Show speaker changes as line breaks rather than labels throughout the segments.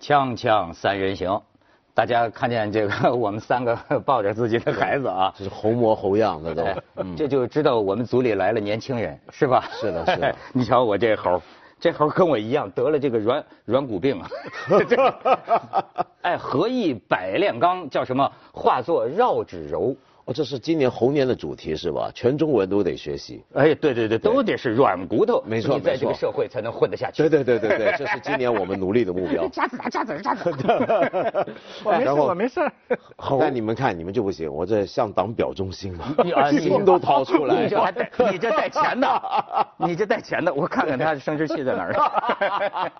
锵锵三人行，大家看见这个 我们三个抱着自己的孩子啊，
这是猴模猴样的都。
哎
嗯，
这就知道我们组里来了年轻人，是吧？
是的是的
你瞧我这猴，这猴跟我一样得了这个软 软骨病啊。这哎，何意百炼钢叫什么？化作绕指柔。
哦，这是今年猴年的主题是吧？全中国人都得学习。
哎，对对对，都得是软骨头，
没错
你在
没
这
错
个社会才能混得下去。。
对对对对对，这是今年我们努力的目标
夹子打夹子夹子。
我没事，
然后
我没事 儿。
但你们看，你们就不行，我这向党表忠心嘛
你啊，你
心都掏出来
你。这还带你这带钱的，你这带钱的，我看看他的生殖器在哪儿。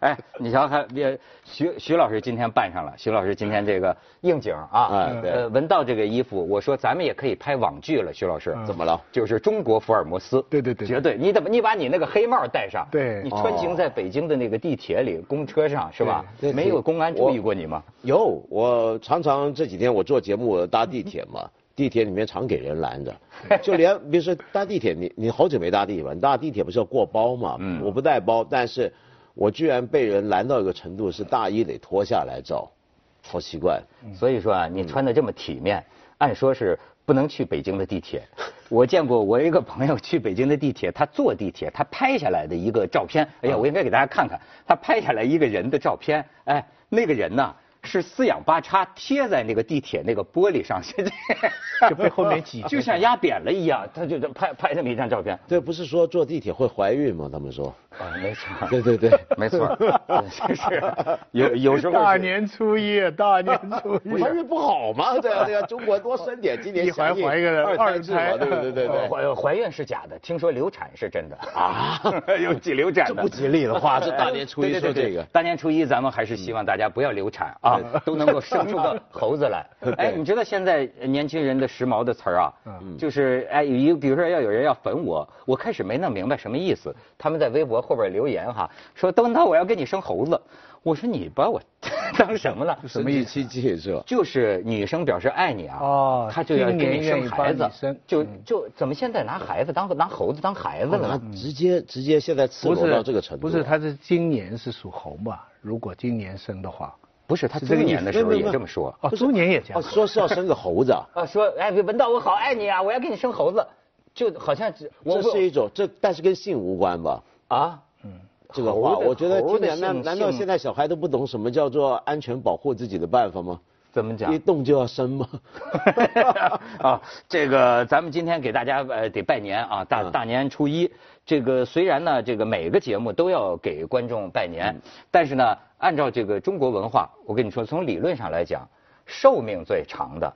哎，你瞧还别徐徐老师今天扮上了，徐老师今天这个应景啊，
哎对
呃，文道这个衣服，我说咱们也可以拍网剧了，徐老师
嗯
怎么了？
就是中国福尔摩斯，
对对对对
绝对！你怎么你把你那个黑帽戴上？
对
你穿行在北京的那个地铁里、公车上是吧？
哦对对
没有公安注意过你吗？
有，我常常这几天我做节目，我搭地铁嘛，地铁里面常给人拦着，就连比如说搭地铁，你你好久没搭地铁吧？你搭地铁不是要过包嘛？
嗯
我不带包，但是我居然被人拦到一个程度，是大衣得脱下来照，好奇怪。
嗯
所以说啊，你穿的这么体面，按说是不能去北京的地 铁。我见过我一个朋友去北京的地铁，他坐地铁，他拍下来的一个照片。哎呀，
嗯
我应该给大家看看，他拍下来一个人的照片。哎，那个人呢是四仰八叉贴在那个地铁那个玻璃上，现在
就被后面挤
就像压扁了一样，他就这拍拍这么一张照片。
对，不是说坐地铁会怀孕吗？他们说。
啊，没错，
对对对，
没 错，真是有有时候
大
是
年初一，大年初一，
怀孕不好吗？对啊对啊，中国多生点，今年
一怀
响应
怀一
二
个二
胎制嘛，
胎
对不对对对。
呃怀怀孕是假的，听说流产是 真的啊， 有挤流产
这
的
不。吉利的话，这大年初一
对
说
对对
这
对
个，嗯
大年初一咱们还是希望大家不要流产啊，都能够生出 个猴子来。哎，你知道现在年轻人的时髦的词儿啊，
嗯
就是哎，有一个比如说要有人要粉我，我开始没弄明白什么意思，他们在微博后边留言哈，说邓文涛我要跟你生猴子，我说你把我当什么了？
什么意七忌是吧？
就是女生表示爱你啊，
哦
她就要给你生孩
今年愿意
子
帮你生，
嗯
就就怎么现在拿孩子当拿猴子当孩子了
那
呢？
直接直接现在赤
不
裸
是
到这个程度，
不是，他是今年是属猴嘛？如果今年生的话，
不是，她
是
猪
这个意思
年的时候
没没
也
没
这么说
哦，猪年也这
哦，
样。
说是要生个猴子啊，
啊，说哎，文道我好爱你啊，我要给你生猴子，就好像只我
这是一种这，但是跟性无关吧？
啊，
这个
猴
话，
的
我觉得
猴
听
的
难难
性
难道
性
现在小孩都不懂什么叫做安全保护自己的办法吗？
怎么讲
一？动就要生吗？
啊，这个咱们今天给大家呃得拜年啊，大大年初一。这个虽然呢，这个每个节目都要给观众拜年，但是呢，按照这个中国文化，我跟你说，从理论上来讲，寿命最长的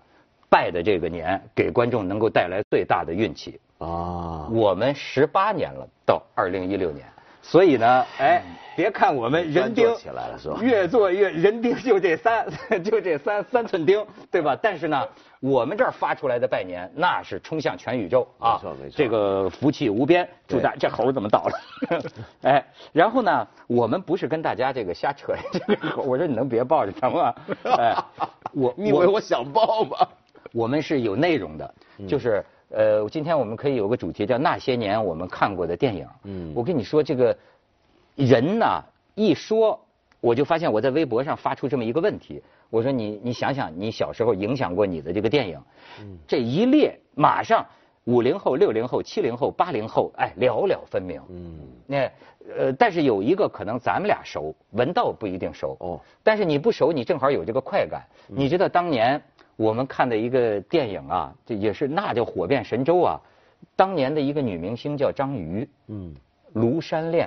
拜的这个年，给观众能够带来最大的运气。
啊，
我们十八年了，到二零一六年，所以呢，哎，别看我们人
端
丁
坐起来了是吧
越做越人丁就这三 就这三三寸丁，对吧？但是呢，我们这儿发出来的拜年，那是冲向全宇宙啊！
没错没错
这个福气无边，祝大这猴儿怎么倒了？ 哎，然后呢，我们不是跟大家这个瞎扯，这个猴我说你能别抱着它吗？ 哎，我
你以为我想抱吗？
我们是有内容的，
嗯
就是呃，今天我们可以有个主题叫那些年我们看过的电影。嗯
嗯，
我跟你说，这个人呐，一说我就发现我在微博上发出这么一个问题，我说你你想想，你小时候影响过你的这个电影，
嗯
这一列马上五零后、六零后、七零后、八零后，哎，寥寥分明。
嗯，
那呃，但是有一个可能咱们俩熟，文道不一定熟。
哦，
但是你不熟，你正好有这个快感。你知道当年我们看的一个电影啊，这也是那叫火遍神州啊。当年的一个女明星叫张瑜，
嗯，
《庐山恋》，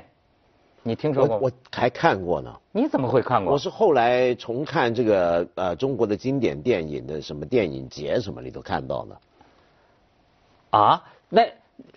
你听说
我
过吗？
我还看过呢。
你怎么会看过？
我是后来重看这个呃中国的经典电影的什么电影节什么里头看到的，
啊，那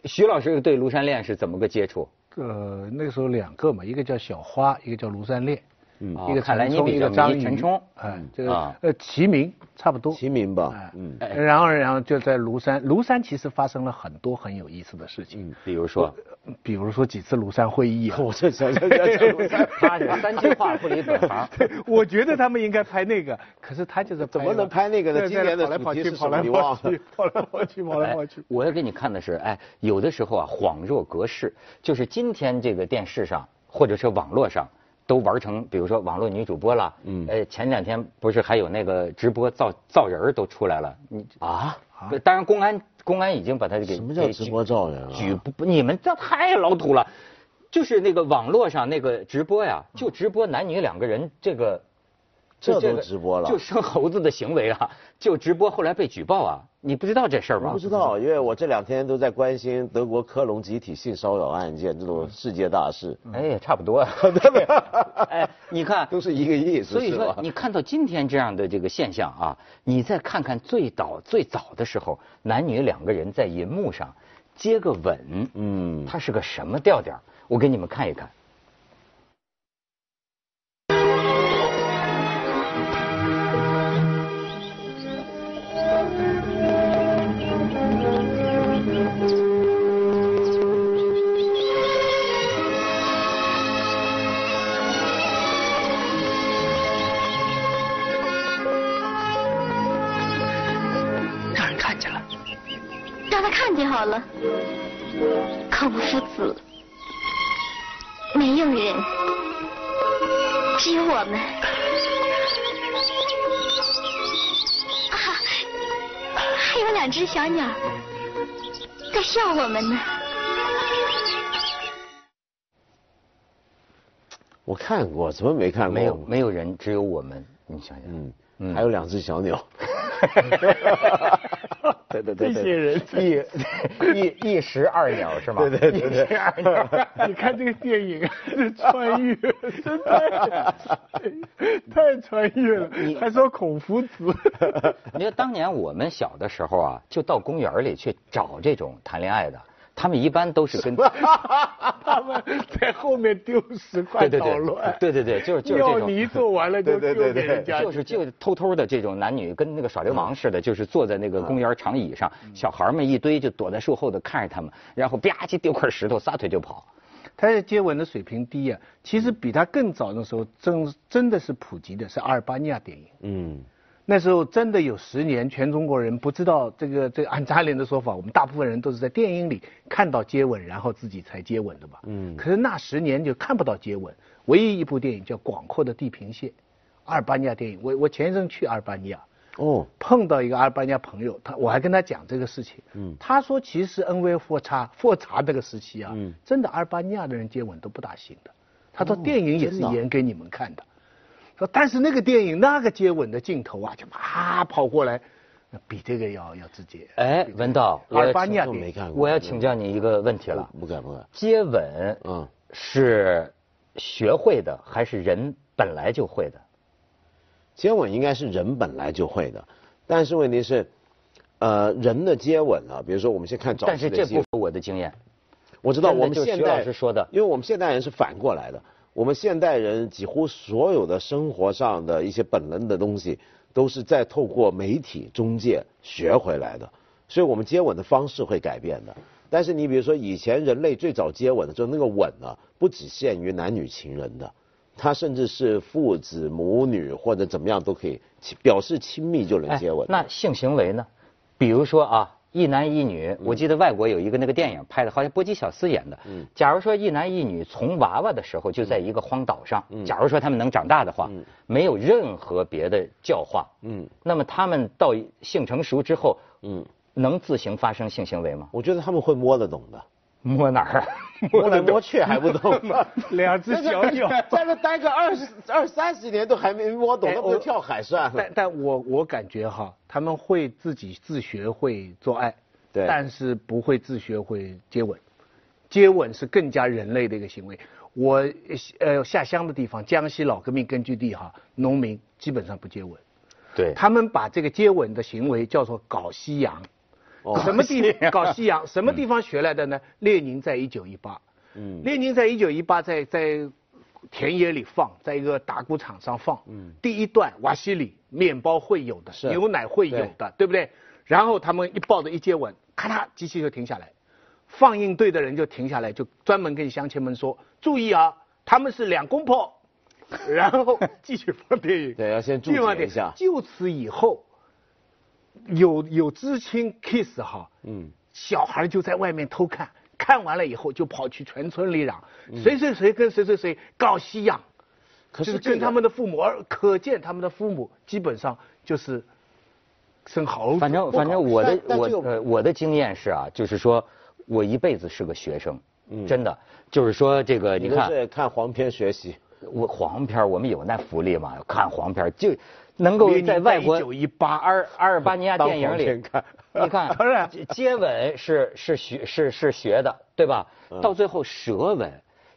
徐老师对《庐山恋》是怎么个接触？
呃，那个时候两个嘛，一个叫小花，一个叫庐山恋，
嗯
一个
哦看来
陈
你
冲，
比
一
较
个张
迷
宇
陈冲
哎
嗯，
这个
啊
呃齐名差不多。
齐名吧
哎，
嗯，
哎
然后，然后就在庐山，庐山其实发生了很多很有意思的事情，
比如说，
比如说几次庐山会议啊。
我这想想想想，
他是三句话不离本行。
我觉得他们应该拍那个，可是他就是
怎么能拍那个呢
对
今年的
跑来跑
主题
去，
是
跑来
什么你
跑
忘了
去，跑来跑去，跑来
哎
跑去。
我要给你看的是，哎，有的时候啊，恍若隔世，就是今天这个电视上或者是网络上都玩成，比如说网络女主播了，嗯，呃，前两天不是还有那个直播造造人儿都出来了，你
啊？
不当然公安公安已经把他给
什么叫
给
直
举
播造人啊？
举不不，你们这太老土了，就是那个网络上那个直播呀，就直播男女两个人这个，
这
就
都
个
直播了
就生猴子的行为啊，就直播后来被举报啊，你不知道这事儿
我
吗？
不知道，因为我这两天都在关心德国科隆集体性骚扰案件
嗯
这种世界大事，
哎，也差不多。 哎，你看，
都是一个意思，
所以
是
说
吧？
你看到今天这样的这个现象啊，你再看看最早最早的时候，男女两个人在银幕上接个吻，
嗯，
它是个什么调调儿？我给你们看一看。
让人看见了。
让他看见好了。孔夫子，没有人，只有我们。啊，还有两只小鸟在笑我们呢。
我看过，怎么没看过？
没有，没有人，只有我们。你想想，
嗯，
哦嗯
还有两只小 鸟。对对对对，
这些人
一一一石二鸟是 吗？
对对对对
一石二鸟。
你看这个电影是穿越，真的太穿越
你
了，还说孔夫 子，
你说当年我们小的时候啊，就到公园里去找这种谈恋爱的，他们一般都 是跟
他们在后面丢石块
对对
捣
对
乱，
对对对，就是就是这
尿
种。
泥做完了就
对对
丢
对
给人家，
就是嗯就偷偷的这种男女跟那个耍流氓似的，就是坐在那个公园长椅上，小孩们一堆就躲在树后头看着他们，然后吧唧丢块石头，撒腿就跑。
他的接吻的水平低啊，其实比他更早的时候真真的是普及的是阿尔巴尼亚电影。
嗯，
那时候真的有十年，全中国人不知道这个这个按扎林的说法，我们大部分人都是在电影里看到接吻，然后自己才接吻的吧。嗯。可是那十年就看不到接吻，唯一一部电影叫《广阔的地平线》，阿尔巴尼亚电影。我我前一阵去阿尔巴尼亚，
哦，
碰到一个阿尔巴尼亚朋友，他我还跟他讲这个事情，嗯，他说其实恩威霍查霍查这个时期啊，嗯，哦真的阿尔巴尼亚的人接吻都不大行的，他说电影也是演给你们看的，说但是那个电影那个接吻的镜头啊，就啪跑过来，那比这个要要直接，
哎，文道，我
阿
嗯
尔
要
巴尼亚
都
电
没
影
看过。
我要请教你一个问题了，
不敢不敢。
接吻，
嗯
是学会的还是人本来就会的？
接吻应该是人本来就会的，但是问题是，呃，人的接吻啊，比如说我们先看早
但
期
是
的
这
接
不符合我的经验。
我知道
真的
我们
就是
现
徐
代
老师说的
因为我们现代人是反过来的。我们现代人几乎所有的生活上的一些本能的东西，都是在透过媒体中介学回来的，所以我们接吻的方式会改变的。但是你比如说，以前人类最早接吻的时候，那个吻呢、不只限于男女情人的，它甚至是父子、母女或者怎么样都可以亲表示亲密就能
哎
接吻。
那性行为呢？比如说啊，一男一女，我记得外国有一个那个电影拍的，好像波基小斯演的。假如说一男一女从娃娃的时候就在一个荒岛上，假如说他们能长大的话，没有任何别的教化，
嗯
那么他们到性成熟之后，
嗯，
能自行发生性行为吗？
我觉得他们会摸得懂的，
摸哪儿啊？
摸来摸去还不懂吗？
两只小鸟。
在这待个二十二三十年都还没摸懂，
哎
那不
我
是跳海算了？
但但我我感觉哈，他们会自己自学会做爱，
对
但是不会自学会接吻。接吻是更加人类的一个行为。我呃下乡的地方，江西老革命根据地哈，农民基本上不接吻，
对，
他们把这个接吻的行为叫做搞西洋。什么地搞西洋？什么地方学来的呢？列宁在一九一八，
嗯
列宁在一九一八在在田野里放，在一个打谷场上放。嗯，第一段瓦西里面包会有的，
是
牛奶会有的，对不对？然后他们一抱着一接吻，咔嗒，机器就停下来，放映队的人就停下来，就专门跟乡亲们说：注意啊，他们是两公婆。然后继续放电 影。
对要先注
继续放
解一下
电影就此以后，有有知青 kiss 哈，
嗯，
小孩就在外面偷看，看完了以后就跑去全村里嚷，谁谁谁跟谁谁谁搞西洋，
嗯可
就是是
这
跟
个
他们的父母，而可见他们的父母基本上就是生豪
反正反正我的
但
我
这个
呃我的经验是啊，就是说我一辈子是个学生，真的就是说这个你
你都
看
是看黄片学 习，
我黄片儿我们有那福利嘛，看黄片儿就能够
列宁
在
在
外国
1918
阿尔阿尔巴尼亚
当
电影
黄
里
片看
你 看，
当然
接接吻是是学是是学的，对吧？
嗯
到最后舌吻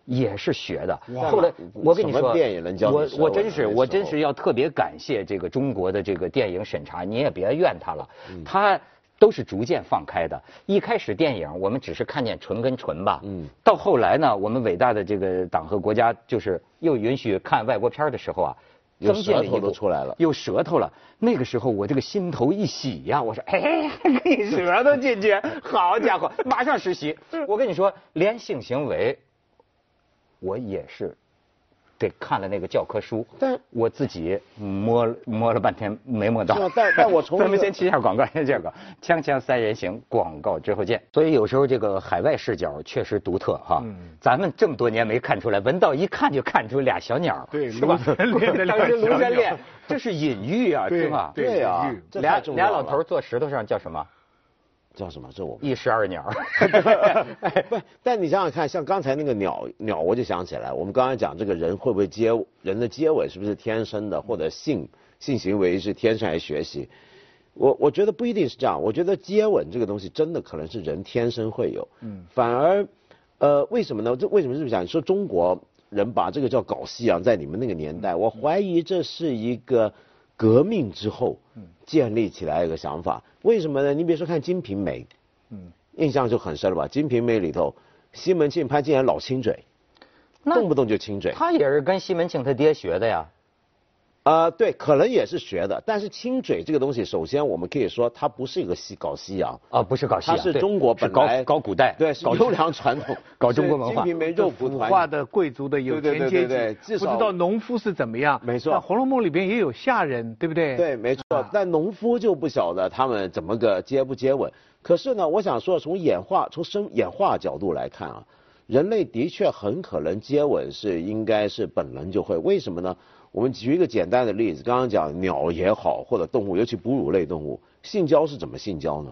也是学的。后来我跟你
什么
说，
电影能教你
我
舌吻
我
啊
真是
那
我
时
真
候
是要特别感谢这个中国的这个电影审查，你也别怨他了，
嗯
他。都是逐渐放开的。一开始电影我们只是看见唇跟唇吧，
嗯
到后来呢，我们伟大的这个党和国家就是又允许看外国片儿的时候啊，
有
增进了
舌头
一
都
步
出来了
有舌头了。那个时候我这个心头一喜呀、我说，哎， 给舌头进去，好家伙，马上实习。我跟你说，连性行为，我也是得看了那个教科书，
但
我自己摸了摸了半天没摸到
是吧。但但我从
咱们
一个
先去一下广告，先这个《锵锵三人行》广告之后见。所以有时候这个海外视角确实独特哈，
嗯
咱们这么多年没看出来，文道一看就看出俩小鸟儿，
对
是吧？
庐山 恋的俩
当时庐
小鸟
山恋，这是隐喻啊，
对
是吧？
对
呀、这
这
俩
太重
俩
要
老
了
头儿坐石头上叫什 么？
叫什么？这我不
一石二鸟儿。
哎不，但你想想看，像刚才那个鸟鸟，我就想起来，我们刚才讲这个人会不会接人的接吻是不是天生的，或者性性行为是天生还是学习？我我觉得不一定是这样，我觉得接吻这个东西真的可能是人天生会有，嗯，反而，呃，为什么呢？这为什么这么讲？你说中国人把这个叫搞西洋，在你们那个年代，我怀疑这是一个革命之后建立起来一个想法。为什么呢？你比如说看《金瓶梅》，印象就很深了吧？《金瓶梅》里头，西门庆、潘金莲老亲嘴，
那
动不动就亲嘴。
他也是跟西门庆他爹学的呀。
啊、对，可能也是学的，但是亲嘴这个东西，首先我们可以说它不是一个西搞西洋，
啊，不是搞西洋，
它是
对
中国
是
本来
搞搞古代，
对，是
搞
优良传统，
搞中国文
是
化
金瓶梅肉蒲
腐
团
化的贵族的有
对对
钱
对
阶
对对
级，
至
不
少
知道农夫是怎么样。
没错
但《红楼梦》里边也有下人，对不对？
对，没错。但农夫就不晓得他们怎么个接不接吻。可是呢，我想说，从演化、从生演化角度来看啊，人类的确很可能接吻是应该是本能就会。为什么呢？我们举一个简单的例子，刚刚讲鸟也好，或者动物，尤其哺乳类动物，性交是怎么性交呢？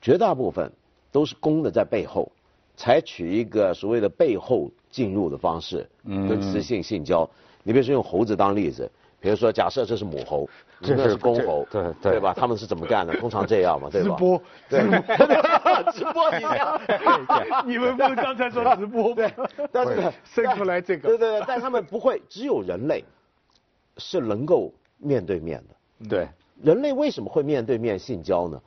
绝大部分都是公的在背后，采取一个所谓的背后进入的方式，
嗯
跟雌性性交。你比如说用猴子当例子，比如说假设这是母猴，
这
那
是
是公猴，
这对对
对吧？他们是怎么干的？通常这样嘛，对
直
吧？
播，
对，
直播一下。 你们不是刚才说直播吗？
但是呢
生出来这
对对
个，
对，但他们不会，只有人类是能够面对面的。
对，
人类为什么会面对面性交呢？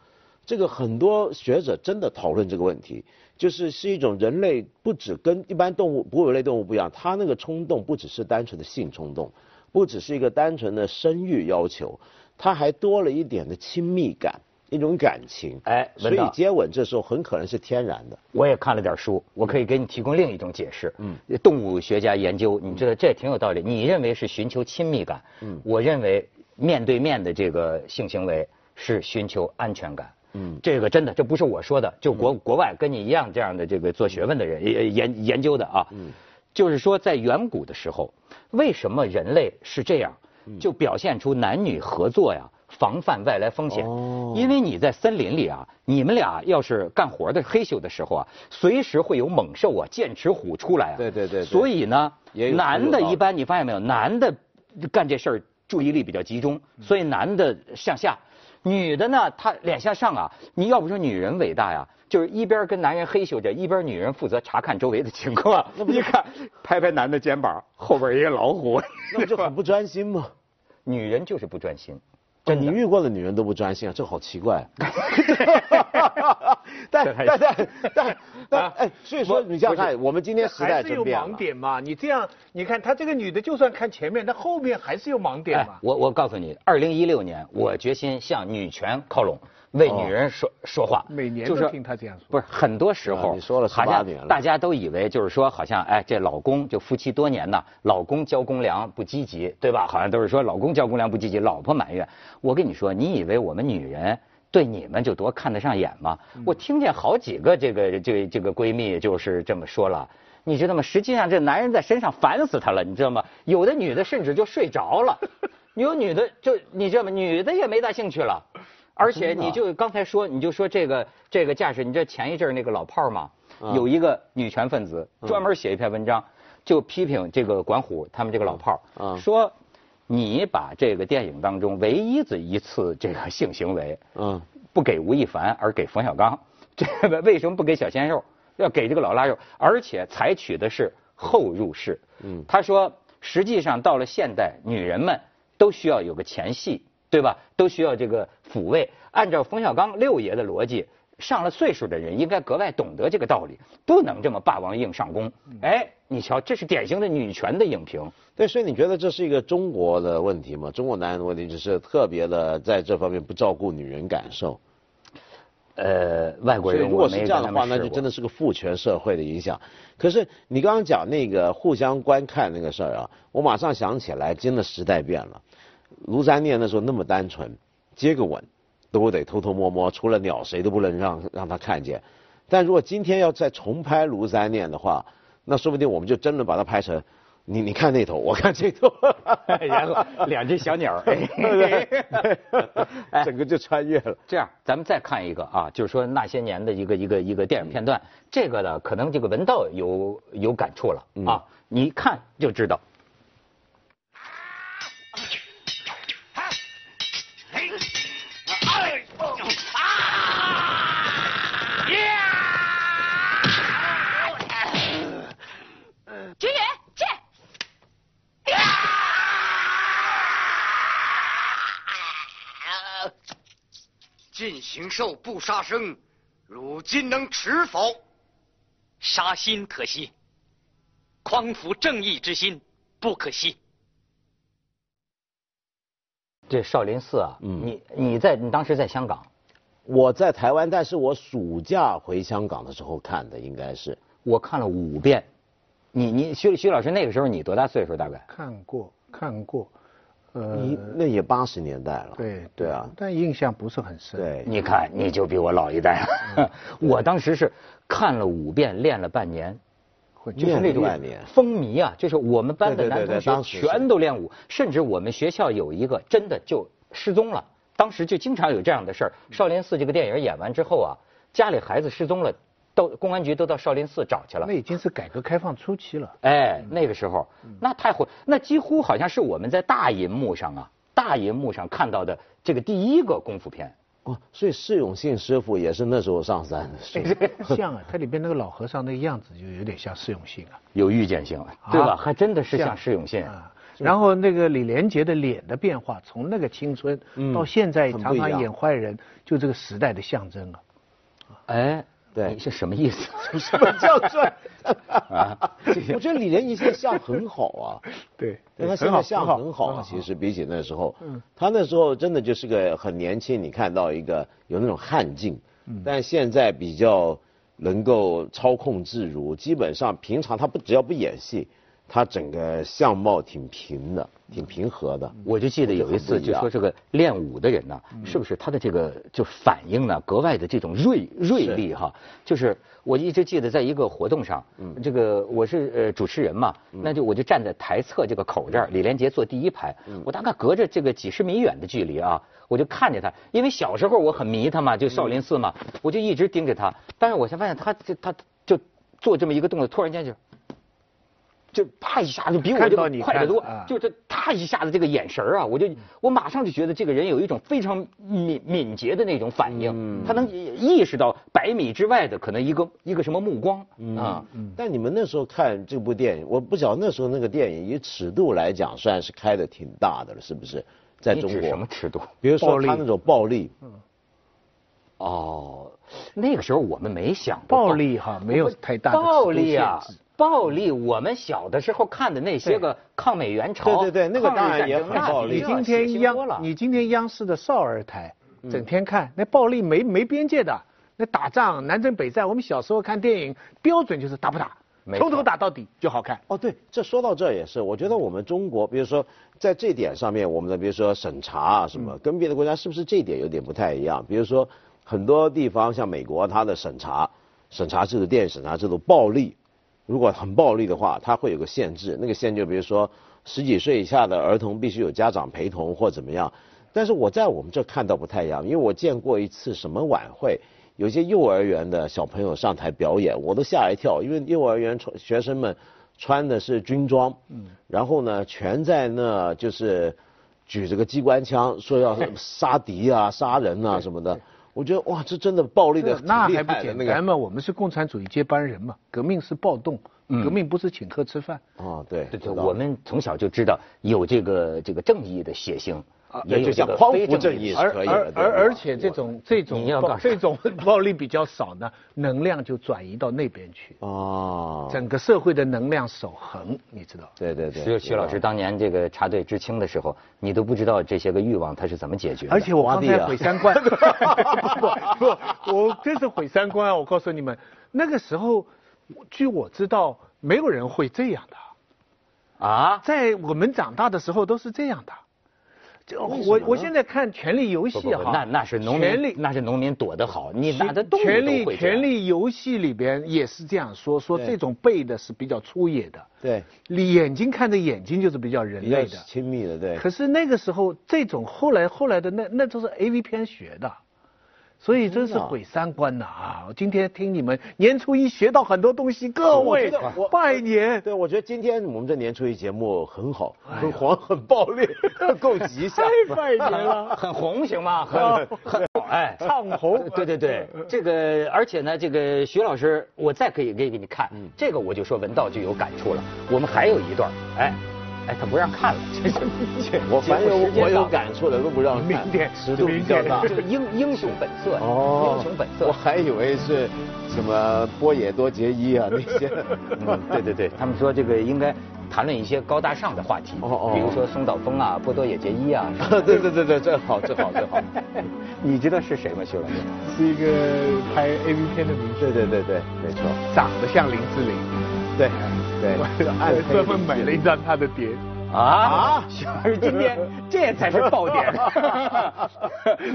这个很多学者真的讨论这个问题，就是是一种人类不只跟一般动物哺乳类动物不一样，它那个冲动不只是单纯的性冲动，不只是一个单纯的生育要求，它还多了一点的亲密感，一种感情。
哎
所
文
以
道
接吻这时候很可能是天然的。
我也看了点书，我可以给你提供另一种解释。嗯，动物学家研究，你这这挺有道理。你认为是寻求亲密感，嗯，我认为面对面的这个性行为是寻求安全感。嗯，这个真的，这不是我说的，就
嗯
国、国外跟你一样这样的这个做学问的人也研研究的啊。嗯，就是说在远古的时候，为什么人类是这样，
嗯
就表现出男女合作呀，防范外来风险。
哦
因为你在森林里啊，你们俩要是干活的黑咻的时候啊，随时会有猛兽啊、剑齿虎出来啊。
对对对对
所以呢，
也有
男的
有道理
一般你发现没有，男的干这事儿注意力比较集中，
嗯
所以男的向下，女的呢，她脸向上啊。你要不说女人伟大呀，就是一边跟男人黑咻着，一边女人负责查看周围的情 况。一看，拍拍男的肩膀，后边一个老 虎。
那不就很不专心吗？
女人就是不专心，真
你
的。
遇过的女人都不专心啊，这好奇怪。
这
啊但
还
但但但但
啊
哎，所以说你想想看，我们今天时代
还是
真
有
变
盲
了。
点嘛？你这样，你看她这个女的，就算看前面，她后面还是有盲点
哎
嘛？
哎我我告诉你，二零一六年我决心向女权靠拢，为
哦
女人说、说话。
嗯
每年
就是
都听她这样说
不是很多时候，
啊你说了
好
18
像
年了
大家都以为就是说，好像哎，这老公就夫妻多年呐，老公交公粮不积极，对吧？好像都是说老公交公粮不积极，老婆埋怨。我跟你说，你以为我们女人？对你们就多
嗯
看得上眼吗？我听见好几个这个这这个闺蜜就是这么说了，你知道吗？实际上这男人在身上烦死她了，你知道吗？有的女的甚至就睡着 了，有女的就你知道吗？女的也没大兴趣了，
啊
而且你就刚才说，你就说这个这个架势，你知道前一阵儿那个老炮儿嘛，
啊
有一个女权分子
嗯
专门写一篇文章，就批评这个管虎他们这个老炮
嗯
儿，说你把这个电影当中唯一的一次这个性行为，
嗯，
不给吴亦凡，而给冯小刚。这个为什么不给小鲜肉，要给这个老腊肉？而且采取的是后入式。嗯，他说，实际上到了现代，女人们都需要有个前戏，对吧？都需要这个抚慰。按照冯小刚六爷的逻辑，上了岁数的人应该格外懂得这个道理，不能这么霸王硬上弓。
嗯
哎，你瞧，这是典型的女权的影评。
对，所以你觉得这是一个中国的问题吗？中国男人的问题就是特别的在这方面不照顾女人感受。
呃，外国
所以
人
如
我
果是
没
这
跟
样
他
的
们
话，那就
试过
真的是个父权社会的影响。可是你刚刚讲那个互相观看那个事儿啊，我马上想起来，真的时代变了。卢三念那时候那么单纯，接个吻都得偷偷摸摸，除了鸟谁都不能让让他看见。但如果今天要再重拍卢三念的话，那说不定我们就真的把它拍成，你你看那头，我看 这头，
然后两只小鸟儿，哎
整个就穿越了。
这样，咱们再看一个啊，就是说那些年的一个一个一个电影片段，这个呢，可能这个文道有有感触了啊，你一看就知道。
职员，这。
进行兽不杀生，汝今能持否？
杀心可惜，匡扶正义之心不可惜。
这少林寺啊，你你在你当时在香港，
我在台湾，但是我暑假回香港的时候看的，应该是
我看了五遍。你你徐徐老师那个时候你多大岁数大概？
看过看过，呃，
你那也八十年代了。
对
对啊，
但印象不是很深。
对，
你看你就比我老一代了， 我当时是看了五遍，练了半年。
会，
就
就是那种
概念。
风靡啊，就是我们班的
对对
男
对对
同
当时
学
是
全都练武，甚至我们学校有一个真的就失踪了。当时就经常有这样的事儿。
嗯
少林寺这个电影演完之后啊，家里孩子失踪了，到公安局都到少林寺找去了
那。已经是改革开放初 期了。
哎，
嗯
那个时候那太火，那几乎好像是我们在大银幕上啊，大银幕上看到的这个第一个功夫片。
哦，所以释永信师傅也是那时候上山的 师傅。
像啊，它里边那个老和尚那个样子就有点像释永信啊，
有预见性，对
啊
吧？还真的是像释永信，
啊。然后那个李连杰的脸的变化，从那个青春到现在
嗯很不
常
一样
常演坏人，就这个时代的象征啊。
哎，
对
你是什么意思？
叫帅我觉得李连杰现在相很好啊，
对，
对他现在相很好啊，其实比起那时候，他那时候真的就是个很年轻，你看到一个有那种悍劲，但现在比较能够操控自如，基本上平常他不只要不演戏，他整个相貌挺平的，挺平和的。
我就记得有一次，就说这个练武的人呢、是不是他的这个就反应呢格外的这种锐锐利哈？就是我一直记得在一个活动上，这个我是呃主持人嘛，那就我就站在台侧这个口这儿，李连杰坐第一排，我大概隔着这个几十米远的距离啊，我就看见他，因为小时候我很迷他嘛，就少林寺嘛，我就一直盯着他，但是我才发现他这他就做这么一个动作，突然间就。就啪一下就比我
看
这
到
个
你
快得
看
多
啊，
就这他一下子这个眼神儿啊，我就我马上就觉得这个人有一种非常敏敏捷的那种反
嗯
应，他能意识到百米之外的可能一个一个什么目光
嗯
啊，
但你们那时候看这部电影，我不晓得那时候那个电影以尺度来讲，算是开的挺大的了，是不是？在
你
中
指什么
国，
尺度？
比如
暴
说
力
他那种暴力，
哦，那个时候我们没想过
暴力哈没有太大的
暴力啊
尺度限制。
暴力，我们小的时候看的那些个抗美援朝，
对对对那个
抗日
当然也
战争
很
那
暴力
比
你
较
今
血
天
腥多了
央，你今天央视的少儿台，
嗯
整天看那暴力没没边界的，那打仗南征北战，我们小时候看电影标准就是打不打
没，错
从头打到底就好看。
哦，对，这说到这儿也是，我觉得我们中国，比如说在这点上面，我们的比如说审查啊什么，跟别的国家是不是这一点有点不太一样？比如说很多地方像美国，它的审查、审查制度、电影审查制度，暴力如果很暴力的话，它会有个限制，那个限制比如说十几岁以下的儿童必须有家长陪同或怎么样。但是我在我们这看到不太一样，因为我见过一次什么晚会，有些幼儿园的小朋友上台表演，我都吓一跳，因为幼儿园穿学生们穿的是军装，嗯，然后呢全在那就是举着个机关枪，说要杀敌啊、杀人啊什么的。我觉得哇，这真的暴力的
那
挺
还
厉
不
害的
简
那
单
个
嘛？我们是共产主义接班人嘛，革命是暴动，
嗯
革命不是请客吃饭。
啊，对
对对，
知道
我们从小就知道有这个这个正义的血腥，也有
啊就
这
像
个
匡
非
扶
正
正
义
义
的。
是
而
可以
而
的。对
而
吧
而且这种这种
你要
暴
干
这种 暴力比较少呢，能量就转移到那边去，
啊，
整个社会的能量守恒，你知道。
对对对，
只有徐老师当年这个插队知青的时候，你都不知道这些个欲望它是怎么解决的。
而且我
挖
刚
地
才
啊
毁三观， 不不，我真是毁三观啊！我告诉你们，那个时候，据我知道，没有人会这样的。
啊，
在我们长大的时候都是这样的。就
为什
我
么呢
我现在看《权力游戏
不不》
哈
不，那那是农
权
民
力，
那是农民躲得好，你哪的动物都
权力
会这样
权力游戏里边也是这样说，说
对
这种背的是比较粗野的，
对
你眼睛看着眼睛就是比较人
比较
类的。
亲密的，对。
可是那个时候，这种后来后来的那那都是 A V 片学的，所以真是
真的啊
毁三观呐啊！我今天听你们年初一学到很多东西，各
我
位
觉得我
拜年。
对，我觉得今天我们这年初一节目很好，很黄，很暴力， 够吉祥。
太拜年了，
啊很红行吗？很很哎，
唱红
对对对，这个而且呢，这个徐老师，我再可以给给你看，这个我就说文道就有感触了。我们还有一段，哎哎，他不让看了，这是这
我反正
节目时间
我有
到了
感触的都不让看
明天
尺度比较大
这。个英英雄本 色，英雄本色
哦我。还以为是什么波野多结衣啊那 些。
嗯，对对对，他们说这个应该谈论一些高大上的话题，
哦哦
比如说松岛枫啊、波多野结衣 啊。
对对对对对，这好这好这好。
你知道是谁吗，徐老师？
是一个拍 A V 片的明
对对对对，没错。
星，长得像林志玲，
对对， 暗黑
专门买了一张她的碟。
啊， 徐老师，今天 这才是爆点。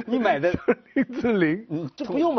你买的
林志玲，
嗯这不用